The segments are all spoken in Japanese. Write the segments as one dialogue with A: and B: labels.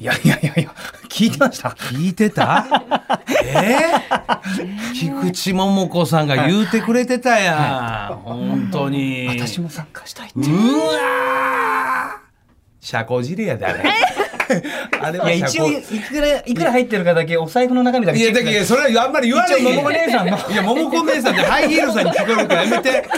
A: いやいやいやいや、聞いてました。
B: 聞いてた えー、菊池桃子さんが言うてくれてたやん、本当に
A: 私も参加したいって。
B: うわー社交辞令やであれあれ
A: いや、
B: は
A: 一
B: 社
A: 応、
B: 交
A: いくら、いくら入ってるかだけ、お財布の中身だけ
B: い
A: チェ
B: や
A: ック
B: だ
A: し
B: け
A: ない
B: どそれはあんまり言わない
A: 一応桃子姉さんの
B: いや桃子姉さんってハイヒールさんに聞こえるからやめて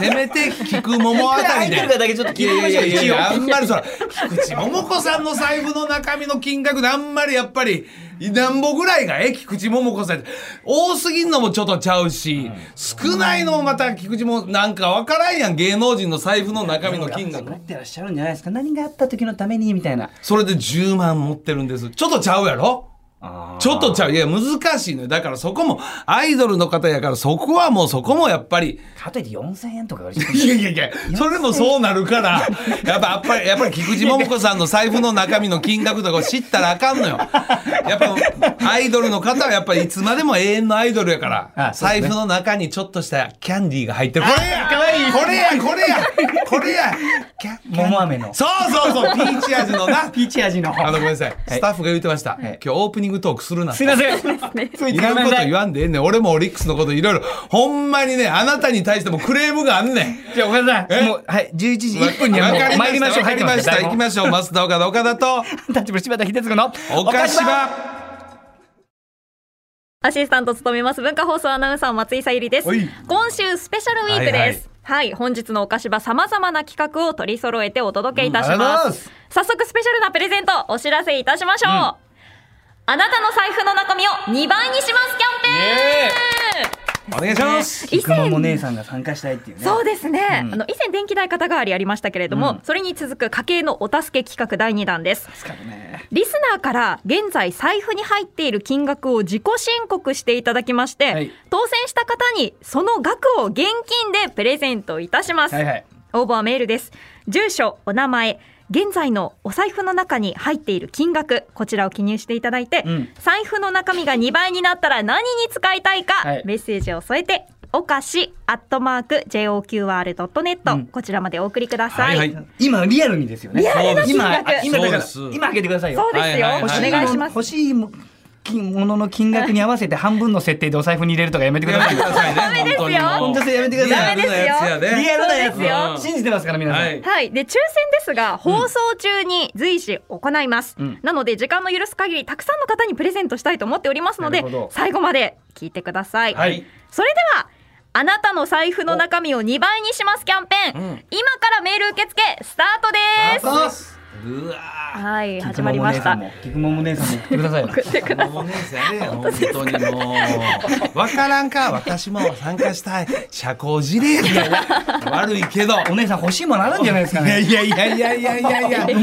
B: せめて聞く桃あ
A: いくら
B: た
A: 入って
B: りで
A: るかだけちょっと聞
B: い
A: いて
B: や
A: みま
B: い
A: しょう
B: やいやい
A: 一応
B: や、あんまりそら、菊池桃子さんの財布の中身の金額であんまりやっぱり、なんぼぐらいがえ、菊池桃子さんって。多すぎんのもちょっとちゃうし、少ないのもまた菊池もなんかわからんやん、芸能人の財布の中身の金額
A: 持。ってらっしゃるんじゃないですか。何があった時のために、みたいな。
B: それで10万持ってるんです。ちょっとちゃうやろちょっとちゃう。いや、難しいのよ。だからそこも、アイドルの方やから、そこはもうそこもやっぱり、
A: かといって4000円とか言われちゃう
B: いやいやいや、それもそうなるから、やっぱ、やっぱり、やっぱり菊池桃子さんの財布の中身の金額とかを知ったらあかんのよ。やっぱ、アイドルの方はやっぱりいつまでも永遠のアイドルやから、
A: あそうです
B: 財
A: ね
B: 布の中にちょっとしたキャンディーが入ってる。これやこれやこれやこれやキャキャン
A: 桃飴の。
B: そうそうそうピーチ味のな。
A: ピーチ味の。
B: あの、ごめんなさい。スタッフが言ってました。今日オープニングトークするなって。
A: すいません。つ
B: いらんこと言わんでええねん。俺もオリックスのこといろいろ、ほんまにね、あなたに対してもクレームがあんねん。
A: じゃあ、ごめんなさい。
B: え
A: もう、はい、11時1分には
B: わ
A: も
B: かり
A: う参りまし
B: ました
A: ょう。
B: わかりました。
A: 入って
B: 行き
A: ます
B: ましょう。増田岡田岡田と、
A: タッチブル柴田秀嗣の
B: 岡島。
C: アシスタントを務めます文化放送アナウンサー松井さゆりです
B: おい
C: 今週スペシャルウィークですはい、本日のお菓子場さまざまな企画を取り揃えてお届けいたし
B: うんありがとうござい
C: ま,、
B: ますす
C: 早速スペシャルなプレゼントお知らせいたしましょう、あなたの財布の中身を2倍にしますキャンペーン、
B: お願いします。
C: 以
A: 菊
C: 前
A: 桃姉さんが参加したいっていうね。
C: そうですね、あの以前電気代肩代わりありましたけれども、それに続く家計のお助け企画第2弾です
A: ですからね。
C: リスナーから現在財布に入っている金額を自己申告していただきまして、
A: はい
C: 当選した方にその額を現金でプレゼントいたします、
A: はいはい。
C: 応募はメールです住所お名前現在のお財布の中に入っている金額こちらを記入していただいて、
A: うん
C: 財布の中身が2倍になったら何に使いたいか、
A: はい
C: メッセージを添えてお菓子アットマーク JOQR.net、
A: うん
C: こちらまでお送りください、
B: はいはい
A: 今リアルにですよね。
C: リアルな金
A: 今
C: 額
A: 今だから
B: そうです
A: 今開けてくださいよ。
C: そうですよ、
B: はいはいはい
C: お願いします
A: 欲しいもの金ものの金額に合わせて半分の設定でお財布に入れるとかやめてく ださいよ。
B: さい
C: ダメです
B: 本
C: よ
B: 当にもう
A: 本当にやめてください
B: リアルなやつやで
A: リアルなやつ
C: そうです
B: よ
A: 信じてますから皆さん。
B: はい
C: はい。で、抽選ですが、放送中に随時行います。
A: うん
C: なので、時間の許す限り、たくさんの方にプレゼントしたいと思っておりますので
A: なるほど、
C: 最後まで聞いてください。
B: はい
C: それでは、あなたの財布の中身を2倍にしますキャンペーン、
B: うん
C: 今からメール受付、スタートです。
B: うわ
C: はい、始まりました。
A: 菊桃姉さんも。菊桃姉さんも送ってくださいよ。
B: ー。もうね、やで本当にもう。わからんか、私も参加したい。社交辞令やで悪いけど。
A: お姉さん欲しいものあるんじゃないですか
B: いや
A: ね。
B: いやいやいやいやいやいやい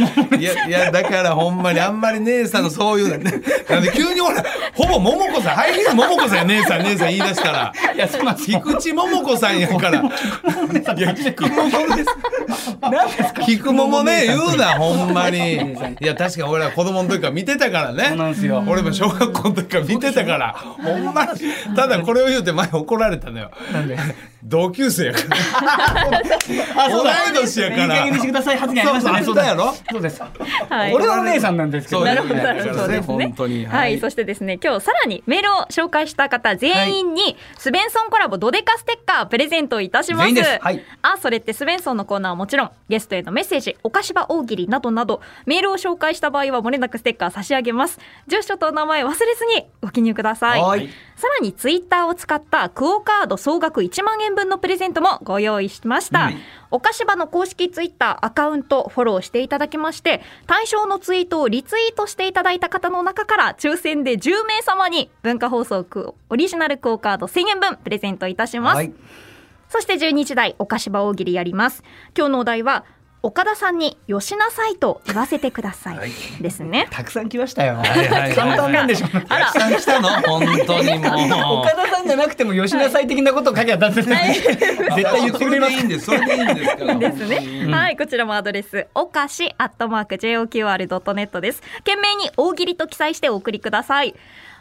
B: やいやだからほんまにあんまり姉さんのそういうのなんで急にほらほぼ桃子さんハイヒール桃子さんや姉さん姉さん言い出したら
A: いやそうなん ですよ。
B: 菊池桃子さんやからいや菊桃です
A: 何ですか。
B: 菊桃ね
A: 菊桃
B: 言う
A: 姉
B: なほんまにい
A: 姉さん
B: や確かに俺ら子供の時から見てたからね
A: そうなんですよ
B: 俺も小学校の時から見てたからほんまにただこれを言うて前怒られたのよ
A: さん。なんで。
B: 同級生やから
A: あ
B: そうだ同い年やから
A: いい加減にしてください発言ありましたね。
B: そうそうあんたやろ
A: そうです。
C: はい
A: 俺はお姉さんなんですけど。
B: そう
C: なるほど、
B: ね
C: なるほど、
B: そ
C: そうう
B: で
C: ですす
B: ね
C: ね。
B: 本当には
C: はいい、そしてですね、今日さらにメールを紹介した方全員に、スベンソンコラボドデカステッカープレゼントいたします。
A: 全員ですはい
C: あ、それってスベンソンのコーナーはもちろん、ゲストへのメッセージ、お菓子場大喜利などなど、メールを紹介した場合はもれなくステッカー差し上げます。住所とお名前忘れずにご記入ください。
B: はい
C: さらにツイッターを使ったクオカード総額1万円分のプレゼントもご用意しました。おかしばの公式ツイッターアカウントフォローしていただきまして、対象のツイートをリツイートしていただいた方の中から抽選で10名様に文化放送クオリジナルクオカード1000円分プレゼントいたします。
A: はい。
C: そして12時台おかしば大喜利やります。今日のお題は岡田さんによしなさいと言わせてください。です ね。
A: たくさん来ましたよ。
B: いはいはい
A: 簡単なんでしょう。
C: あら
B: たくさん来たの本当にもう
A: 岡田さんじゃなくても吉野菜的なことを書きゃだって絶対言ってくれます
B: それでいいんですそれでいいんですから
C: ですね、はいこちらもアドレスおかしアットマーク JOQR.net です懸命に大喜利と記載してお送りください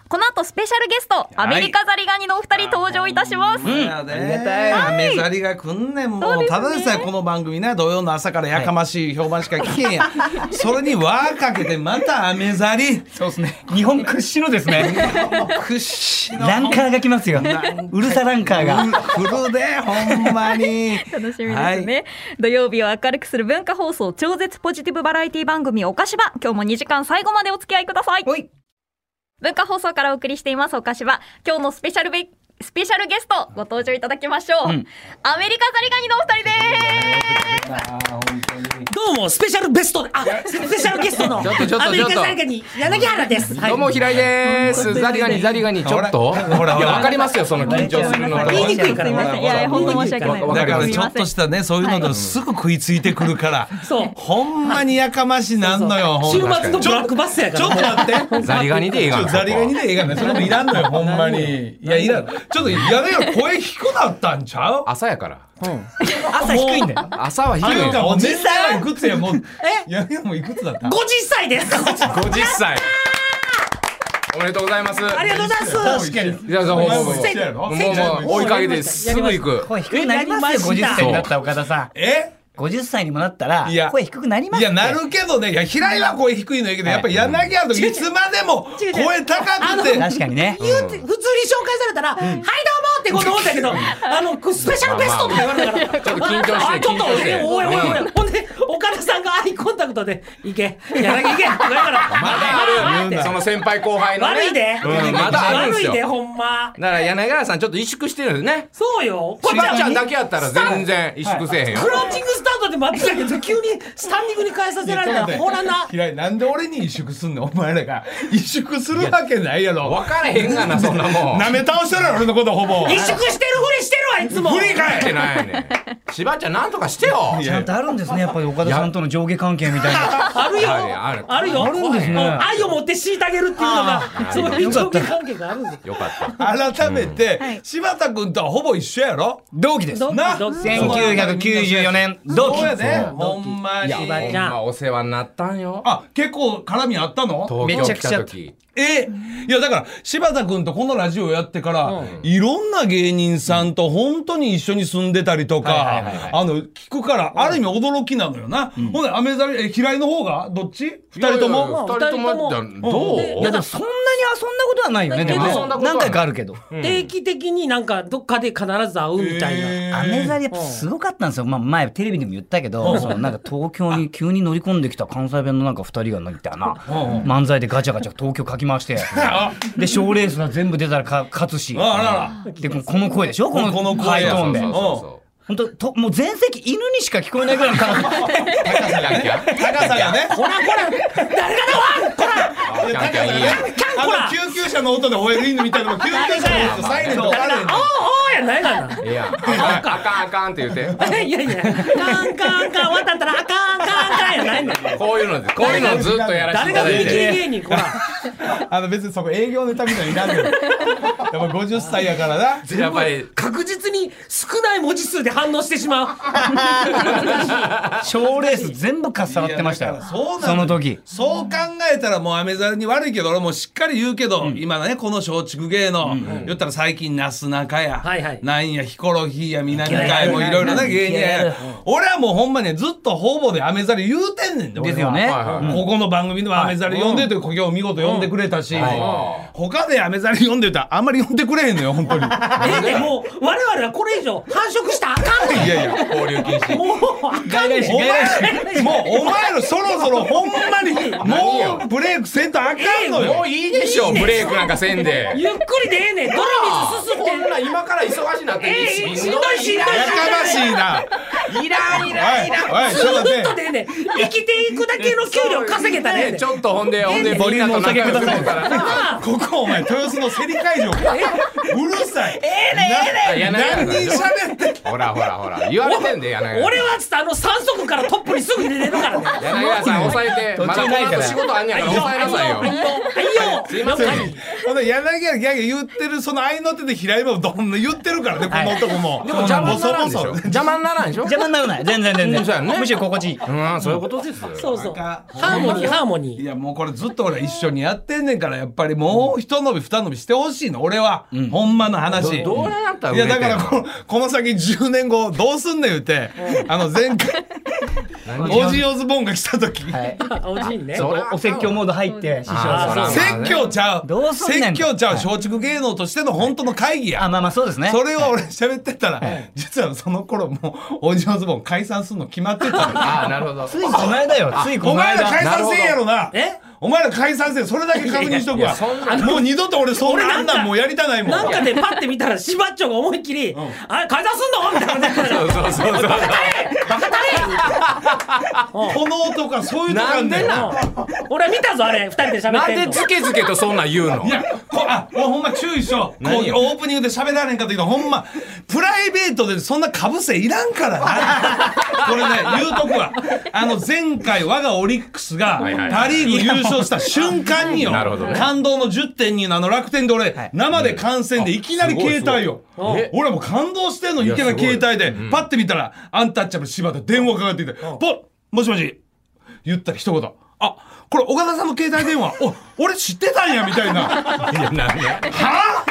C: この後スペシャルゲスト、アメリカザリガニのお二人登場いたします。
B: うん、ありがたい、雨ざりが来んねんもう
C: そうですね
B: ただでさえこの番組ね土曜の朝からやかましい評判しか聞けんや、それに輪かけてまた雨ざり
A: そうですね。日本屈指のです ね、
B: 屈指の
A: ランカーが来ますよ。うるさランカーが。
B: フルでほんまに
C: 楽しみですね、土曜日を明るくする文化放送超絶ポジティブバラエティ番組おかしば今日も2時間最後までお付き合いください
B: はい
C: 文化放送からお送りしていますおかしば今日のスペシャルベスペシャルゲストご登場いただきましょう、アメリカザリガニのお二人です
D: どうも、スペシャルベストで、あ、スペシャルゲストの、
E: ちょっとちょっと
D: アメリカ
E: ちょっと
D: 最下に、柳原です。は
E: どうも平井です。ザリガニザリガニちょっと。
B: ほらほらほら
E: いやわかりますよその緊張するのと。
D: 言いにくいから
C: すいませんいやいや本当申し訳ない
E: わ
B: だ
E: か
B: から
E: ります
B: ちょっとしたねそういうのでもすぐ食いついてくるから、
D: そう
B: ほんまにやかましなんのよ
D: 週
B: ほんま
D: 末のブラックバスやか
B: ちょ
D: ら
B: っと。待って
E: ザリガニで映
B: ちょ
E: 画
B: っとザリガニ
E: で。
B: で映画ね。それもいらんのよ、ほんまに。いや、いらん。ちょっと、やめよ、声低なったんちゃう
E: 朝やから。
A: 朝低いんだよ。
E: 朝は低
B: あ
E: い
B: ゆうか、も
E: よ。
B: う年代はいくつや、もう。えやめよ、もういくつだった
D: 50歳です。あ
E: 50歳。おめでとうございます。
D: りがとうございます。
B: かに。
E: いやそう
B: お前も
E: そう
B: 一緒やろ
E: もうもう追いかけてすぐ行く。
A: 声低くなりますよ、
D: なり
A: 50
D: ました
A: 歳になった岡田さ
B: え
A: ん。50歳にもなったら
B: いや、
A: 声低くなりま
B: い
A: すよ
B: や、なるけどね。いや、平井は声低いのやけど、やっぱ柳原といつまでも
D: 違う違う
B: 声高くて。
A: 確かにね。
D: 言うて普通に紹介されたら、はいどうもってこうと思ったけど、あの、こうスペシャルベストとか言われたから。
E: ちょっと緊張して
D: あちょっと、
E: 緊張して
D: えおいおいおい。ほんで、岡田さんがアイコンタクトで、いけ、柳行け、とか言うから。
E: まだある。その先輩後輩のね。
D: 悪いで。
E: うんまだある
D: 悪
E: んです
D: い
E: よ。
D: で、
E: だか
D: ほんま。
E: ら柳原さんちょっと萎縮してるんですね。
D: そうよ。
E: しばちゃんだけやったら全然萎縮せえへんよ
D: ク。ローチングスタートで待ってたけ ど、急にスタンディングに変えさせられたら、ほらな。
B: 平井、なんで俺に萎縮すんのお前らが。萎縮するわけないやろ。
E: 分からへんがなそんな もん。
B: 舐め倒してるやろ、俺のことほぼ。
D: 萎縮してるふりしてるわ、いつも。
B: 無理か
E: っ
B: い
E: てないねん。しばちゃんなんとかしてよ。
B: い
A: ち
B: や
A: ゃんとあるんですね、やっぱり岡田さんとの上下関係みたいな。
D: あるよ。
E: あるある
D: あるよ。
A: あるんですね
D: うん愛を持って虐げるっていうのが、そういう上下関係があるんですよ。
E: よかった。
B: 改めて
C: はい、
B: 柴田君とはほぼ一緒やろ
A: 同期です。
D: 同期
B: な
D: 同期
A: 1994年、同期
B: そう。やね
E: そう
B: ほんま
E: い
B: に
E: や、ほんまお世話になったんよ。
B: あ結構絡みあったの
E: 東京
A: めちゃ
E: 来
A: くちゃ
E: た時。
B: えいやだから柴田君とこのラジオやってから、いろんな芸人さんと本当に一緒に住んでたりと
A: はい
B: か
A: はいはいはい
B: あの聞くからある意味驚きなのよな、ほんで雨ざりえ嫌いの方がどっち二人とも
E: いやいやいや二人とも。どう
A: いやでもそんなに遊んだことはないよね、でもね
E: そんなことは
A: 何回かあるけど。
D: 定期的になんか、どっかで必ず会うみたいな。
B: えー
A: アメザリやっぱすごかったんですよ。まあ前テレビでも言ったけど、そのなんか東京に急に乗り込んできた関西弁のなんか二人がなんかな、漫才でガチャガチャ東京かき回して、で、賞ーレースの全部出たらか勝つし、
B: あら
A: で、ここの声でしょこの
B: この声
A: ハイトーン
E: そうそう
A: で。
E: そ
A: 本当と、もう全席犬にしか聞こえないぐらいの感じ。
E: うそう。高さがきゃ。
B: 高さがね
E: 高さがいいや
B: あの救急車の音で吠える犬みたいなのも救急車の音サイレンと
D: だから、おーおーやないがな。
E: いや、あかんあかんあかんって言って。
D: いやいや、カンカンカン、終わったったら、あかんかんかんやないんだよ。
E: こういうので、こういうのずっとやらせ
D: 誰
E: てい
D: が
E: ただ
D: 売
E: い
D: り切
E: て。
D: り芸人、こら。
B: あの別にそこ営業ネタみたいにいらんけどやっぱ50歳やからな
E: やっぱり、
D: 確実に少ない文字数で反応してしまう。
A: 賞ーレース全部かっさらってました
B: い
A: よ。
B: やだからそうなんだよ
A: その時。
B: そう考えたらもうアメザルに悪いけど俺もしっかり言うけど、今ねこの松竹芸能、言ったら最近なすなかや、
D: はいはい
B: なんやヒコロヒーや南海もいろいろな芸
A: い
B: 人
A: ける
B: や俺はもうほんまにずっとほぼでアメザル言うてんねんで俺は
A: ですよね。
E: はいはい
B: ここの番組でもアメザル呼んでという今日見事呼んでくれたし、
E: い
B: 他でアメザル呼んでたらあんまり呼んでくれへんのよ本当にい
D: えでもう我々はこれ以上繁殖したらあかんねん
B: やいや
E: 交流禁止。
D: もうあかんねん
B: お前らもうお前らそろそろほんまにもうブレイクせんとあかんの
E: も
B: よ
E: ういいでしょ、ブレイクなんかせんで。
D: ゆっくりでええねん泥水すすっ
E: こんな
D: て
E: 今から忙しいなって、
D: ええしんどいしんどい
B: やかましいな。
E: いらんいらんいらん。
B: おい、おい、ちょっと
D: ずっ
B: 待
D: と
B: って。
D: でええねん生きていくだけの給料稼げたらええねん
E: ちょっとほんで、ほんで、
A: ボリュームお下げください
E: みんなと仲良くなるから
B: ここお前豊洲の競り会場かうるさいえ
E: え
B: え
E: えね
B: 何人喋って
E: ほらほらほら、言われてんで、柳原。
D: 俺はつってあの三足からトップにすぐ入れれるからね
E: 柳原さん、抑えて、まだこの後仕事あんねやから、抑えなさいよ。
D: はいよはいよ
E: すいません。
B: ほんで柳原ギャギャ言ってるその合いの手で平井もどんな言ってってるからね、この男も。
E: でも邪魔にならんでしょ
B: 細々
E: 邪魔にならんでしょ
A: 邪魔にならない全然全
E: うんそうや
A: 然、
E: んね
A: むしろ心地いい
E: うんそういうことですよ
D: そうそう。
B: な
D: ハ
B: んか
D: ーモニー、ハーモニ
B: い
D: ー。
B: やもうこれずっと俺一緒にやってんねんからやっぱりもう一伸び二伸びしてほしいの俺は、ほんまの話
E: どどうやったら
B: い
E: 売れ
B: や
E: てん
B: だ
E: の
B: からこのこの先10年後どうすんねん言うてあの前回オジーオズボーンが来た時、
A: はい
D: おじいね。
E: そう
A: おお説教モード入って師匠
E: あーそら
B: 説教ちゃう
A: どうすんねん
B: 説教ちゃう松竹芸能としての本当の会議や、
A: あまあまあそうですね
B: それを俺喋ってたら、実はその頃もうオジーオズボーン解散するの決まってたの
E: ああなるほど
A: ついこの間よついこ
B: お
A: の
B: 前ら解
A: 間
B: 散せえやろな。
D: え
B: お前ら解散せえ。それだけ確認しとくわ。もう二度と俺そんなあんなんもうやりたないもん。
D: なんかでパッて見たら、しばっちょが思いっきり、あれ、解散すんのみたいな感じで。
E: そうそうそうそう
B: この男はそういうとこあ
E: なんん
B: だ
E: で
B: よ。
E: な
D: うん俺見たぞ、あれ、二人で喋っ
E: なん
D: てん
E: で
D: の。
E: ズケズケとそんなん言うの
B: いや、こあ、もうほんま注意しよう。こうオ
E: 何よ
B: ープニングで喋られんかったけど、ほんま、プライベートでそんなかぶせいらんからな。これね、言うとこは。あの、前回、我がオリックスが
E: はいはい
B: パ・リーグ優勝した瞬間によ、
E: なるほどね
B: 感動の10.2のあの楽天で俺、生で観戦でいきなり携帯よ。
E: ごいすごいえ
B: 俺もう感動してんの、いけな携帯で、パッて見たら、アンタッチャブル柴田電話かかってきて、ポッもしもし、言ったら一言。あ、これ岡田さんの携帯電話、お、俺知ってたんや、みたいな。
E: いやなんで
B: は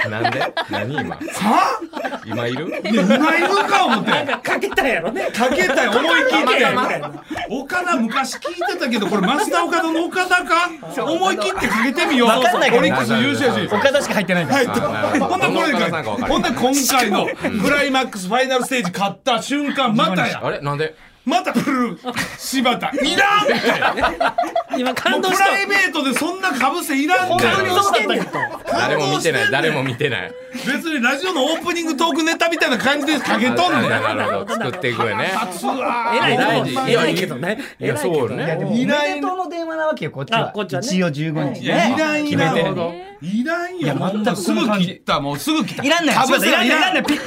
E: なんで何今
B: は
E: 今いる
B: いや、今いるか思って。
D: なんかかけたやろね。
B: かけたい、思い切って
D: たまたま。
B: 岡田昔聞いてたけど、これ増田岡田の岡田か思い切ってかけてみよう。
A: わかんないけど
B: オリックス優勝やし。
A: 岡田しか入ってないから
B: はい、
E: なるほど
B: ほんなこれ
E: 岡田さんかわかる
B: ほんな今回のクライマックスファイナルステージ勝った瞬間、またや
E: あ。れなんで
B: またプルー、柴田。いらん
D: 今
B: も
D: 感
B: う
D: 動
B: プ
D: した。
B: ライベートでそんなかぶせいらんから
D: 感動してんねんと。
E: 誰も見てない誰も
B: 見
E: 見てない
B: 別にラジオのオープニングトークネタみたいな感じでかけとんねん。
E: なるほど作っていくよね
B: 熱わ
D: 偉い
E: 偉
D: ない
E: ね
D: 偉いけどね。
E: いやそう
A: いやでも
E: ね
A: おめでとうの電話なわけよこっち
D: あ
A: は
D: こっちはね
A: 一応15日
B: いやいらんいらん
E: 決めて
B: いらんよ
A: いや
B: もう
A: 全く
B: す
A: その
B: ぐ
A: 感じ
B: 切ったもうすぐ切った
A: いらんのよ
B: かぶせ
A: 柴田
B: はい
A: いら
B: ら
A: ん
B: ん
A: のよピ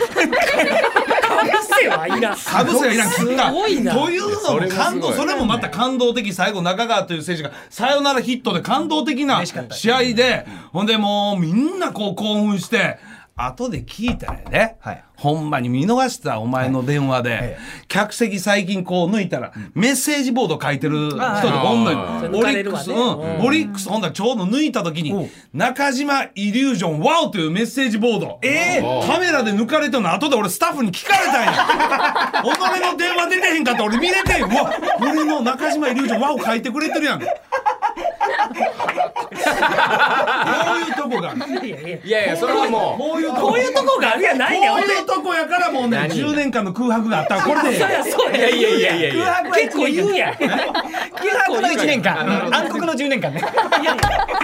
D: かぶせはいらん。
B: かぶせはいらん切った
D: すごいな
B: というの
E: そ
B: も
E: れもすごい
B: 感動それもまた感動的最後中川という選手がサヨナラヒットで感動的な
A: しかった
B: 試合でほんでもうみんなこう興奮して後で聞いたらね、
A: はい
B: ほんまに見逃したお前の電話で、客席最近こう抜いたらメッセージボード書いてる人とかおんのよ
E: あ
D: ー
B: オリックス、
D: それ抜かれる
B: う
D: わね
B: ん、オリックスほんだらちょうど抜いた時に中島イリュージョンワオというメッセージボードえーカメラで抜かれてるの後で俺スタッフに聞かれたん や己の電話出てへんかった俺見れてんうわ俺の中島イリュージョンワオ書いてくれてるやんこういうとこがある
D: いやいや
E: いやいやそれはも
B: こういうと
D: こういうとこがあるやないねん。
B: こう
D: 俺
B: いうとこやからもうね
E: 何
B: 10年間の空白があったらこれで
D: そりゃそう
E: ういや
D: や。
E: いやいやいやいや
D: 結構言うやん。結構
A: この
D: 言う
A: 1年間暗黒の10年間ね
D: いやい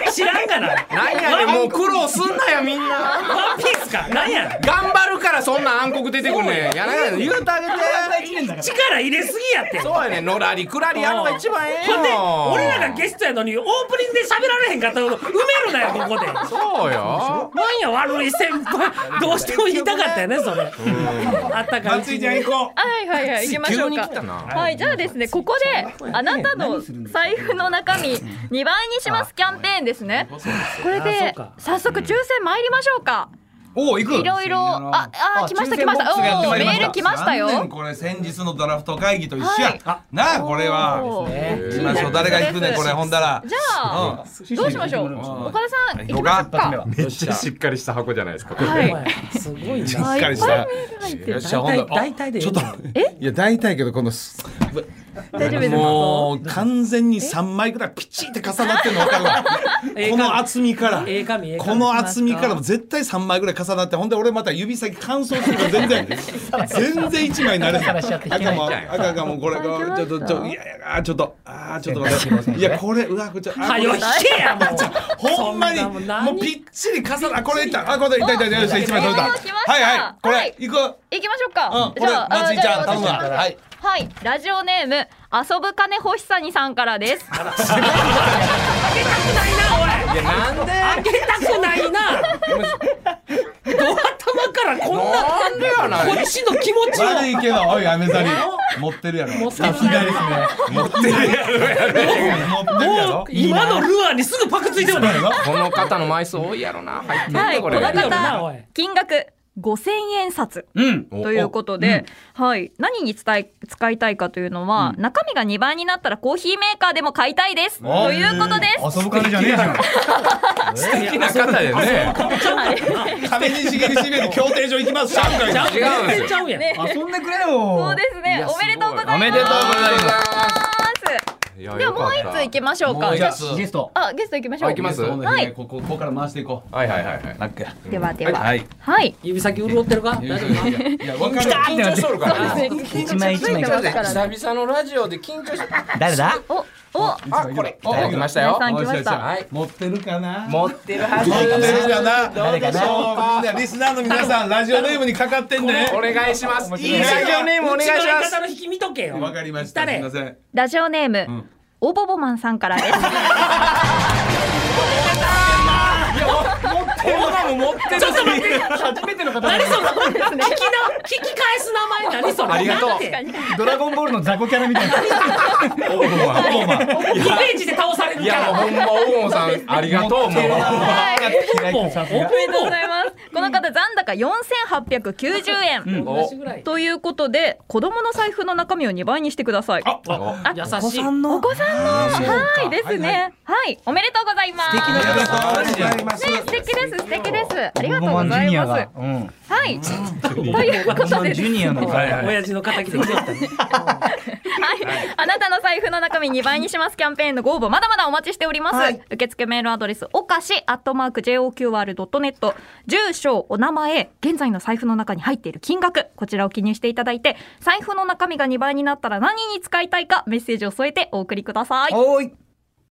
D: や知らんがな。
E: なんやねんもう苦労すんなよみんな
D: ワンピースか。なんやねん。
E: 頑張るからそんな暗黒出てくんねんやらないの言うてあげて
D: 力入れすぎやって。
E: そうやねんのらりくらりやるのが一番ええ
D: ほんで
E: よ
D: 俺らがゲストやのにオープニングで喋られへんかったこと埋めるなよここで。
E: そうよ
D: なんや悪い先輩どうしても言いたかったよねそれ。あったかい。
B: 松井ちゃん行こう
F: はいはいはい行きましょう
E: 急に
F: か
E: 来たな
F: はいじゃあですねここであなたの財布の中身2倍にしますキャンペーンですねこれ
D: あそう
F: で
D: か
F: 早速抽選参りましょうか
B: おお行く
F: いろいろああ
A: あ
F: 来ました
A: 抽
F: 来
A: 選
F: まし
A: ボックスがや
F: た
A: っ
F: お
A: て
F: お
A: ま
F: メ
A: いりました
F: ール来ました
B: 残念
F: よ
B: これ先日のドラフト会議と一緒
F: はい
B: やあなあこれは
F: おー
A: ね
B: 行きましょう誰が行くねこれほんだら
F: じゃあどうしましょう岡田さん行きましょう
A: 一発目
F: か
A: は
E: めっちゃしっかりした箱じゃないですか
F: はい
D: すごいな。
B: っかりした
F: あいっぱいメール入ってる
B: よっしゃほんだらあ
D: 大体で
B: ちょっといや大体やけどこのす
F: 大丈夫ですか
B: もう完全に三枚ぐらいピチって重なってるの分かるわ
D: ええ
B: こ
D: 紙
B: の厚みから
D: ええ紙ええ紙
B: この厚みからも絶対三枚ぐらい重なってほんで俺また指先乾燥するから全然全然一枚になれへん
A: らしちゃって引けない
B: も赤がもうこれ
F: あいけ
B: が
F: ま
B: ちょ
F: し
B: ったとちょっといやいやあちょっとあちょっと待っていやこれうわこれちょっとあ
D: はよ引けや もう。
B: ほんまに
D: そな
B: も
D: も
B: う
D: 何
B: ぴっちり重なあこれいったあこれいったいったいったよし一枚取れた
F: お来ました
B: はいはいこ
F: はい
B: れいくう
F: 行きましょうか
B: んこ
F: じ
B: れ
F: ゃああ
B: 松井ちゃん
F: じゃあ
B: 頼むわはい
F: はいラジオネーム遊ぶ金欲しさにさんからです
E: いやなんで
D: 開けたくないな。ドア頭からこんな
E: なんでやな
D: こっちの気持ちを
B: 悪いけどおいアメザリ持ってるやろ持ってるやろ持ってるや
D: も
B: ろ
D: う今のルアーにすぐパクついてるの。
E: この方の枚数多いやろな入ってん
F: は
E: だ
F: い
E: こ
F: こ
E: れ
F: の
D: わかるよなおい
F: 方金額
C: 5000円札
A: うん。
E: お
C: ということで、はい、何に伝え使いたいかというのは、中身が2倍になったらコーヒーメーカーでも買いたいですということです。
A: 遊ぶ金じゃねえじゃん。
E: 好きな方でね。
B: 壁にしげりしめる協定所行きます。上海
E: 違うんですよ。
D: ちゃうやん。
A: 遊んでくれよ。
C: そうです
E: い
C: ね
E: や、
C: おめでとうございます。
A: おめでとうございま
E: いや
C: ではもう一つ行きましょうか。
B: もう一
C: じゃ
B: つ
A: す。ゲスト。
C: あ、あゲスト行きましょう。
E: あ行きます
B: そうね
C: はい
B: ここここから回していこ
E: はいはいはいはい。
B: う。なんか。
E: うん
C: ではでは。
B: はい。
C: はい。
D: 指先潤ってるか大丈夫か
B: いや、わかる。
E: 緊張しとるから。
A: 一枚一枚
C: 緊張してますからね
E: 久々のラジオで緊張し。
A: 誰だ
C: お、お、
E: あこれい
B: お
E: ただきました
C: 皆
E: よ
C: さ。ん
B: お
C: 来
B: い
C: ま
B: しょ
C: し
B: いしょ
C: た。
E: はい。
B: 持ってるかな。
E: 持ってるはず。
B: 持ってるかな。
A: 誰かな
B: そうみんなリスナーの皆さん、ラジオネームにかかってんね。
E: お願いします。ラジ
B: い
E: オネームお願いしま
D: うちの相
E: す
D: 方。の引き見とけよ。
B: わかりました。す
D: 誰
B: みません。
C: ラジオネーム、おぼぼマンさんからです。
D: ちょっと待って。何その聞きな聞き返す名前何それ。
E: ありがとう
D: なんで
A: ドラゴンボールの雑魚キャラみたいな。
E: オーボマン。
D: リベンジで倒される
E: い
D: か
E: やも
D: ら。
E: うほんまオーボンさんありがとうもう。
A: 開いてさすが
C: おめでとうございます。この方残高4890円。
D: 同じぐらい。
C: ということで子供の財布の中身を2倍にしてください。
B: あ、
E: あ
D: 優
A: お子
D: しい
A: さ。んの。お子さんの。
C: はいですね。はい、おめでとうございます。
A: 敵の
B: ありがとうございます。
C: ね、素敵です素敵です。ありがとう
A: ボマ
C: ご
A: ンジュ
C: ざい
A: ニア
C: ます
A: が。。うん。
C: はい。というこ
A: ボ
C: と
A: マ
C: で
A: ン
C: です
A: ジュニアの
D: はい
A: 財
D: はい親父の敵でやったね。
C: はい、あなたの財布の中身2倍にしますキャンペーンのご応募まだまだお待ちしております、受付メールアドレスおかしアットマーク JOQR.net 住所お名前現在の財布の中に入っている金額こちらを記入していただいて財布の中身が2倍になったら何に使いたいかメッセージを添えてお送りください
A: 布。おーい。